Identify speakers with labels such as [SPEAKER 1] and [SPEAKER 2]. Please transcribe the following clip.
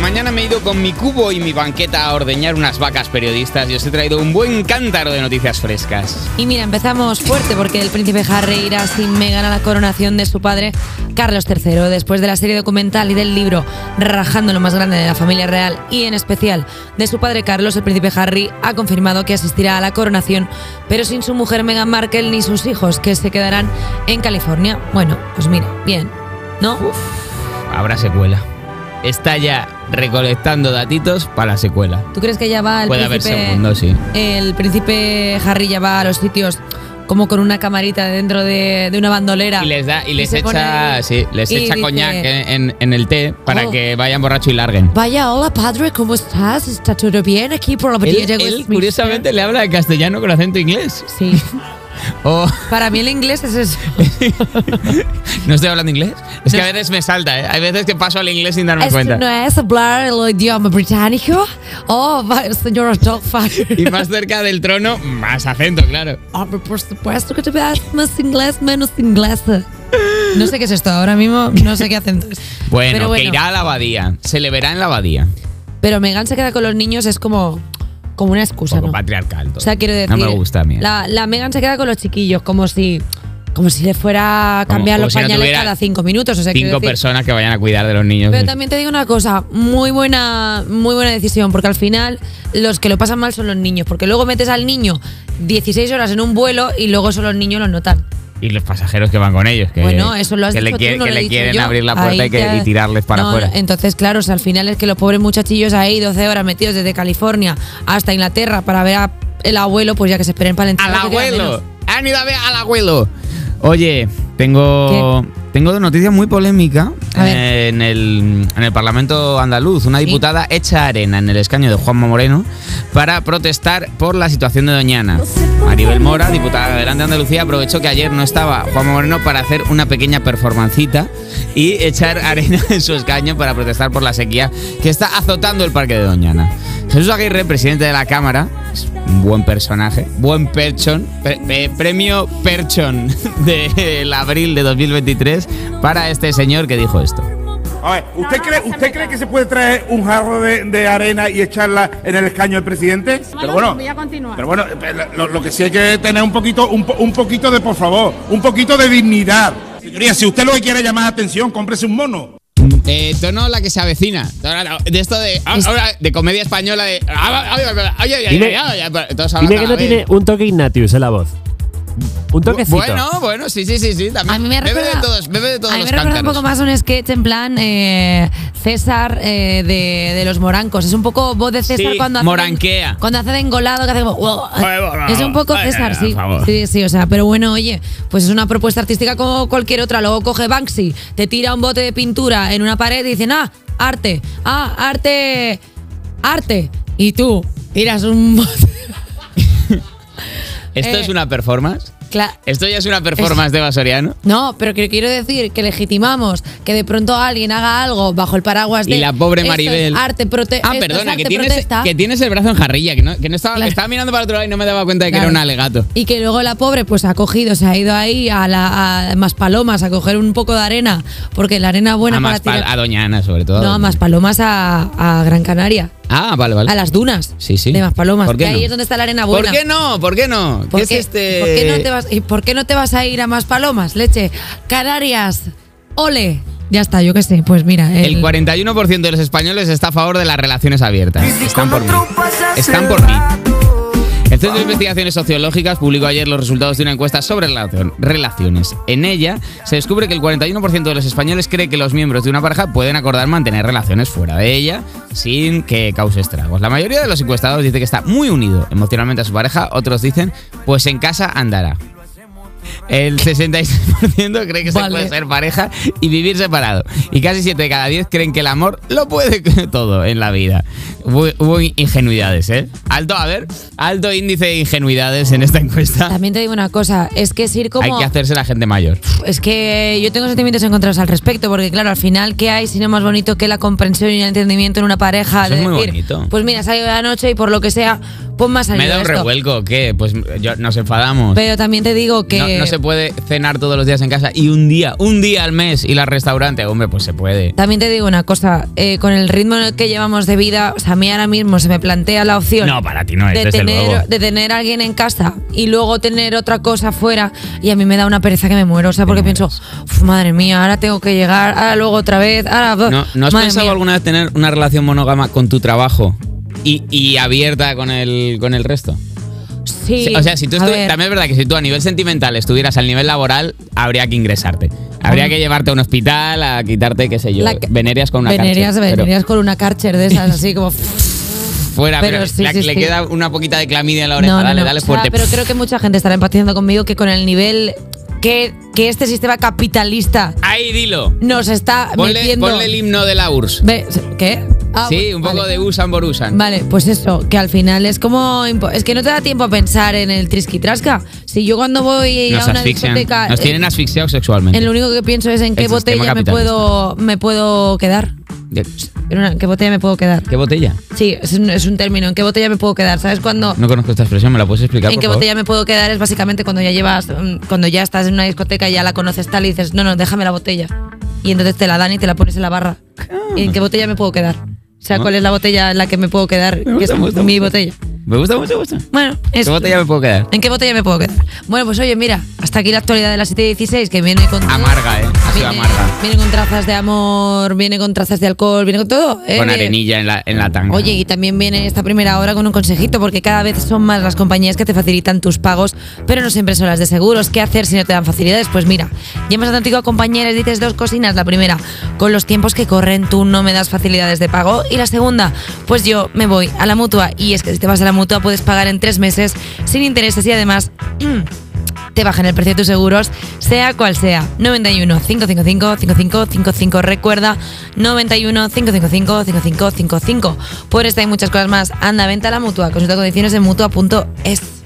[SPEAKER 1] mañana me he ido con mi cubo y mi banqueta a ordeñar unas vacas periodistas y os he traído un buen cántaro de noticias frescas.
[SPEAKER 2] Y mira, empezamos fuerte porque el príncipe Harry irá sin Meghan a la coronación de su padre Carlos III. Después de la serie documental y del libro Rajando lo más grande de la familia real y en especial de su padre Carlos, el príncipe Harry ha confirmado que asistirá a la coronación, pero sin su mujer Meghan Markle ni sus hijos, que se quedarán en California. Bueno, pues mira, bien, ¿no?
[SPEAKER 1] Habrá secuela. Está ya recolectando datitos para la secuela.
[SPEAKER 2] ¿Tú crees que ya va el
[SPEAKER 1] Puede haber
[SPEAKER 2] príncipe?
[SPEAKER 1] segundo, sí.
[SPEAKER 2] El príncipe Harry ya va a los sitios como con una camarita dentro de, de una bandolera.
[SPEAKER 1] Y les da y
[SPEAKER 2] Y
[SPEAKER 1] les
[SPEAKER 2] se
[SPEAKER 1] echa,
[SPEAKER 2] pone-
[SPEAKER 1] sí, les
[SPEAKER 2] y
[SPEAKER 1] echa
[SPEAKER 2] dice-
[SPEAKER 1] coñac en, en- en el té para
[SPEAKER 2] Oh.
[SPEAKER 1] que vayan borracho y larguen.
[SPEAKER 2] Vaya, hola padre, ¿cómo estás? ¿Está todo bien aquí por la
[SPEAKER 1] Él,
[SPEAKER 2] batalla de
[SPEAKER 1] él,
[SPEAKER 2] Westminster?
[SPEAKER 1] curiosamente le habla de castellano con acento inglés.
[SPEAKER 2] Sí.
[SPEAKER 1] Oh,
[SPEAKER 2] Para mí el inglés es eso.
[SPEAKER 1] no estoy hablando inglés. Es que a veces me salta, ¿eh? Hay veces que paso al inglés sin darme
[SPEAKER 2] Esto
[SPEAKER 1] cuenta.
[SPEAKER 2] no es hablar el idioma británico. Oh, va- señora Dollfire.
[SPEAKER 1] Y más cerca del trono, más acento, claro.
[SPEAKER 2] Hombre, por supuesto que te veas más inglés, menos inglesa. No sé qué es esto ahora mismo, no sé qué hacen.
[SPEAKER 1] Bueno,
[SPEAKER 2] Pero
[SPEAKER 1] que irá a la abadía. Se le verá en la abadía.
[SPEAKER 2] Pero Megan se queda con los niños es como, como una
[SPEAKER 1] Un
[SPEAKER 2] excusa,
[SPEAKER 1] poco
[SPEAKER 2] ¿no?
[SPEAKER 1] patriarcal. todo.
[SPEAKER 2] O sea, quiero decir.
[SPEAKER 1] No me gusta a mí. ¿eh?
[SPEAKER 2] La, la Megan se queda con los chiquillos, como si. Como si le fuera a
[SPEAKER 1] Como-
[SPEAKER 2] cambiar
[SPEAKER 1] como
[SPEAKER 2] los
[SPEAKER 1] si no
[SPEAKER 2] pañales
[SPEAKER 1] tuviera
[SPEAKER 2] cada cinco minutos. O sea, quiero
[SPEAKER 1] Cinco
[SPEAKER 2] decir-
[SPEAKER 1] personas que vayan a cuidar de los niños.
[SPEAKER 2] Pero también te digo una cosa, muy buena, muy buena decisión, porque al final los que lo pasan mal son los niños, porque luego metes al niño 16 horas en un vuelo y luego son los niños los notan.
[SPEAKER 1] Y los pasajeros que van con ellos. Que,
[SPEAKER 2] bueno, eso lo has
[SPEAKER 1] que
[SPEAKER 2] dicho
[SPEAKER 1] le,
[SPEAKER 2] tú,
[SPEAKER 1] quiere-
[SPEAKER 2] no
[SPEAKER 1] que
[SPEAKER 2] lo he
[SPEAKER 1] le
[SPEAKER 2] dicho
[SPEAKER 1] quieren
[SPEAKER 2] yo.
[SPEAKER 1] abrir la puerta
[SPEAKER 2] Ahí
[SPEAKER 1] y, que-
[SPEAKER 2] ya-
[SPEAKER 1] y tirarles para
[SPEAKER 2] No,
[SPEAKER 1] afuera.
[SPEAKER 2] no, Entonces, claro, o sea, al final es que los pobres muchachillos ahí 12 horas metidos desde California hasta Inglaterra para ver a el abuelo, pues ya que se esperen para el
[SPEAKER 1] ¡Al
[SPEAKER 2] entierro, que queda
[SPEAKER 1] abuelo!
[SPEAKER 2] menos.
[SPEAKER 1] ¡Han ido a ver al abuelo! Oye, tengo, tengo dos noticias muy polémicas.
[SPEAKER 2] A ver.
[SPEAKER 1] Eh, en, el, en el Parlamento andaluz, una
[SPEAKER 2] Sí.
[SPEAKER 1] diputada echa arena en el escaño de Juanma Moreno para protestar por la situación de Doñana. Maribel Mora, diputada de Adelante Andalucía, aprovechó que ayer no estaba Juanma Moreno para hacer una pequeña performancita y echar arena en su escaño para protestar por la sequía que está azotando el parque de Doñana. Jesús Aguirre, presidente de la Cámara, es un buen personaje, buen perchón, pre- eh, premio perchón del abril de 2023 para este señor que dijo esto.
[SPEAKER 3] A ver, ¿usted cree, usted cree que se puede traer un jarro de, de arena y echarla en el escaño del presidente? Pero bueno,
[SPEAKER 4] voy a continuar.
[SPEAKER 3] pero bueno, pero lo, lo que sí hay que tener un poquito, un, po- un poquito de, por favor, un poquito de dignidad. Señoría, si usted lo que quiere es llamar la atención, cómprese un mono.
[SPEAKER 1] Eh, tono la que se avecina. Tono- De esto de. Ahora, de comedia española de. ah, Oye, oye,
[SPEAKER 5] Dime-
[SPEAKER 1] oye, oye, oye, pues, todos hablan a
[SPEAKER 5] Dime que
[SPEAKER 1] la
[SPEAKER 5] no
[SPEAKER 1] vez.
[SPEAKER 5] tiene un toque Ignatius en la voz. Un toquecito.
[SPEAKER 1] eh. Bueno, bueno, sí, sí, sí, sí. También.
[SPEAKER 2] A mí me
[SPEAKER 1] bebe de
[SPEAKER 2] recuerda,
[SPEAKER 1] todos, bebe de todos
[SPEAKER 2] a mí
[SPEAKER 1] los
[SPEAKER 2] me recuerda un
[SPEAKER 1] cántaros.
[SPEAKER 2] poco más un sketch en plan eh, César eh, de, de los morancos. Es un poco voz de César
[SPEAKER 1] Sí,
[SPEAKER 2] cuando hace.
[SPEAKER 1] moranquea.
[SPEAKER 2] Cuando hace de engolado, que hace como. "Uah".
[SPEAKER 1] Ay, por favor.
[SPEAKER 2] es un poco
[SPEAKER 1] Ay,
[SPEAKER 2] César,
[SPEAKER 1] ay,
[SPEAKER 2] sí.
[SPEAKER 1] por favor.
[SPEAKER 2] Sí, sí, o sea, pero bueno, oye, pues es una propuesta artística como cualquier otra. Luego coge Banksy, te tira un bote de pintura en una pared y dicen, ah, arte, ah, arte, arte. Y tú tiras un bote.
[SPEAKER 1] Esto
[SPEAKER 2] eh.
[SPEAKER 1] es una performance.
[SPEAKER 2] Cla-
[SPEAKER 1] Esto ya es una performance de Basoriano.
[SPEAKER 2] No, pero que quiero decir que legitimamos que de pronto alguien haga algo bajo el paraguas de
[SPEAKER 1] Y la pobre
[SPEAKER 2] esto es
[SPEAKER 1] Maribel.
[SPEAKER 2] arte prote
[SPEAKER 1] Ah,
[SPEAKER 2] esto es
[SPEAKER 1] perdona, que
[SPEAKER 2] arte
[SPEAKER 1] tienes,
[SPEAKER 2] protesta.
[SPEAKER 1] que tienes el brazo en jarrilla, que no, que no estaba, que
[SPEAKER 2] Claro.
[SPEAKER 1] estaba mirando para otro lado y no me daba cuenta de que
[SPEAKER 2] Claro.
[SPEAKER 1] era un alegato.
[SPEAKER 2] y que luego la pobre pues ha cogido, se ha ido ahí a la a más palomas a coger un poco de arena, porque la arena buena
[SPEAKER 1] a,
[SPEAKER 2] para
[SPEAKER 1] Ah, más pal-
[SPEAKER 2] tirar-
[SPEAKER 1] a Doña Ana, sobre todo.
[SPEAKER 2] No, a más palomas a, a Gran Canaria,
[SPEAKER 1] Ah, vale, vale.
[SPEAKER 2] a las dunas.
[SPEAKER 1] Sí, sí.
[SPEAKER 2] De más palomas,
[SPEAKER 1] ¿Por qué
[SPEAKER 2] que
[SPEAKER 1] no?
[SPEAKER 2] ahí es donde está la arena
[SPEAKER 1] ¿Por
[SPEAKER 2] buena.
[SPEAKER 1] qué no? ¿Por qué no? ¿Qué
[SPEAKER 2] ¿Por
[SPEAKER 1] es este?
[SPEAKER 2] por qué no te vas, y por qué no te vas a ir a más palomas, leche? Canarias, ole. Ya está, yo qué sé. Pues mira,
[SPEAKER 1] El 41% de los españoles está a favor de las relaciones abiertas. Están por mí. Están por mí. El Centro de Investigaciones Sociológicas publicó ayer los resultados de una encuesta sobre relacion- relaciones. En ella se descubre que el 41% de los españoles cree que los miembros de una pareja pueden acordar mantener relaciones fuera de ella sin que cause estragos. La mayoría de los encuestados dice que está muy unido emocionalmente a su pareja, otros dicen, pues en casa andará. El 66% cree que se
[SPEAKER 2] Vale.
[SPEAKER 1] puede ser pareja y vivir separado. Y casi 7 de cada 10 creen que el amor lo puede todo en la vida. Hubo, hubo ingenuidades, ¿eh? Alto, a ver, alto índice de ingenuidades en esta encuesta.
[SPEAKER 2] También te digo una cosa, es que es ir como...
[SPEAKER 1] Hay que hacerse la gente mayor.
[SPEAKER 2] Es que yo tengo sentimientos encontrados al respecto, porque claro, al final, ¿qué hay sino más bonito que la comprensión y el entendimiento en una pareja?
[SPEAKER 1] Eso
[SPEAKER 2] de
[SPEAKER 1] es muy
[SPEAKER 2] decir,
[SPEAKER 1] bonito.
[SPEAKER 2] Pues mira, salido de la noche y por lo que sea, pon más
[SPEAKER 1] Me
[SPEAKER 2] salido
[SPEAKER 1] da un
[SPEAKER 2] esto.
[SPEAKER 1] revuelco, ¿qué? Pues yo- nos enfadamos.
[SPEAKER 2] Pero también te digo que...
[SPEAKER 1] No- no se puede cenar todos los días en casa y un día, un día al mes ir al restaurante. Hombre, pues se puede.
[SPEAKER 2] También te digo una cosa, eh, con el ritmo en el que llevamos de vida, o sea, a mí ahora mismo se me plantea la opción
[SPEAKER 1] No, para ti no es,
[SPEAKER 2] de,
[SPEAKER 1] desde luego.
[SPEAKER 2] tener, de tener a alguien en casa y luego tener otra cosa fuera y a mí me da una pereza que me muero, o sea, porque pienso, "Uf, madre mía, ahora tengo que llegar, ahora luego otra vez, ahora...
[SPEAKER 1] ¿No, no has
[SPEAKER 2] madre
[SPEAKER 1] pensado
[SPEAKER 2] mía".
[SPEAKER 1] alguna vez tener una relación monógama con tu trabajo y, y abierta con el, con el resto?
[SPEAKER 2] Sí,
[SPEAKER 1] o sea, si tú
[SPEAKER 2] a
[SPEAKER 1] estu-
[SPEAKER 2] ver.
[SPEAKER 1] también es verdad que si tú a nivel sentimental estuvieras al nivel laboral, habría que ingresarte. Habría que llevarte a un hospital, a quitarte, qué sé yo,
[SPEAKER 2] Ah. La que-
[SPEAKER 1] venerias con una
[SPEAKER 2] Venerías,
[SPEAKER 1] cárcel, pero
[SPEAKER 2] venerías con una cárcher de esas, así como...
[SPEAKER 1] fuera,
[SPEAKER 2] pero
[SPEAKER 1] pero
[SPEAKER 2] sí,
[SPEAKER 1] la-
[SPEAKER 2] sí,
[SPEAKER 1] le
[SPEAKER 2] sí.
[SPEAKER 1] queda una poquita de clamidia en la oreja,
[SPEAKER 2] No, no,
[SPEAKER 1] dale,
[SPEAKER 2] no.
[SPEAKER 1] dale
[SPEAKER 2] O sea,
[SPEAKER 1] fuerte.
[SPEAKER 2] pero creo que mucha gente estará empatizando conmigo que con el nivel que, que este sistema capitalista
[SPEAKER 1] Ahí dilo.
[SPEAKER 2] nos está
[SPEAKER 1] Ponle,
[SPEAKER 2] metiendo.
[SPEAKER 1] ponle el himno de la URSS.
[SPEAKER 2] Ve- ¿Qué? Ah,
[SPEAKER 1] sí, un poco
[SPEAKER 2] vale.
[SPEAKER 1] de Usan por Usan.
[SPEAKER 2] Vale, pues eso, que al final es como. impo- Es que no te da tiempo a pensar en el trisquitrasca. Si yo cuando voy
[SPEAKER 1] Nos
[SPEAKER 2] a una
[SPEAKER 1] asfixian.
[SPEAKER 2] discoteca.
[SPEAKER 1] Nos
[SPEAKER 2] eh,
[SPEAKER 1] tienen asfixiados sexualmente.
[SPEAKER 2] en lo único que pienso es en qué
[SPEAKER 1] El sistema
[SPEAKER 2] botella me
[SPEAKER 1] capitalista.
[SPEAKER 2] puedo, me puedo quedar.
[SPEAKER 1] De-
[SPEAKER 2] En una- ¿Qué botella me puedo quedar?
[SPEAKER 1] ¿Qué botella?
[SPEAKER 2] Sí, es un, es un término. ¿En qué botella me puedo quedar? ¿Sabes cuando.?
[SPEAKER 1] No conozco esta expresión, ¿me la puedes explicar?
[SPEAKER 2] en
[SPEAKER 1] por
[SPEAKER 2] qué
[SPEAKER 1] favor?
[SPEAKER 2] botella me puedo quedar es básicamente cuando ya llevas, mm, cuando ya estás en una discoteca y ya la conoces tal y dices, no, no, déjame la botella. Y entonces te la dan y te la pones en la barra. ¿Y en qué botella me puedo quedar? O sea,
[SPEAKER 1] Ah.
[SPEAKER 2] ¿cuál es la botella en la que me puedo quedar?
[SPEAKER 1] Me
[SPEAKER 2] que es
[SPEAKER 1] gusta, me gusta,
[SPEAKER 2] mi
[SPEAKER 1] me gusta.
[SPEAKER 2] botella.
[SPEAKER 1] Me gusta, me gusta, me gusta.
[SPEAKER 2] Bueno,
[SPEAKER 1] ¿Qué
[SPEAKER 2] eso.
[SPEAKER 1] botella me puedo quedar?
[SPEAKER 2] ¿En qué botella me puedo quedar? Bueno, pues oye, mira, hasta aquí la actualidad de las 7.16 que viene con...
[SPEAKER 1] Amarga, ¿eh? Ha sido
[SPEAKER 2] Viene,
[SPEAKER 1] amarga.
[SPEAKER 2] viene con trazas de amor, viene con trazas de alcohol, viene con todo. ¿eh?
[SPEAKER 1] Con
[SPEAKER 2] Viene-
[SPEAKER 1] arenilla en la, en la tanga.
[SPEAKER 2] Oye, y también viene esta primera hora con un consejito, porque cada vez son más las compañías que te facilitan tus pagos, pero no siempre son las de seguros. ¿Qué hacer si no te dan facilidades? Pues mira, llamas a tu a compañía y les dices dos cosinas. La primera, con los tiempos que corren tú no me das facilidades de pago. Y la segunda, pues yo me voy a la mutua. Y es que si te vas a la mutua puedes pagar en tres meses sin intereses y además... te bajan el precio de tus seguros, sea cual sea. 91 555 5555. Recuerda, 91 555 5555. Por esta y muchas cosas más. Anda, venta a la mutua. Consulta condiciones en mutua.es.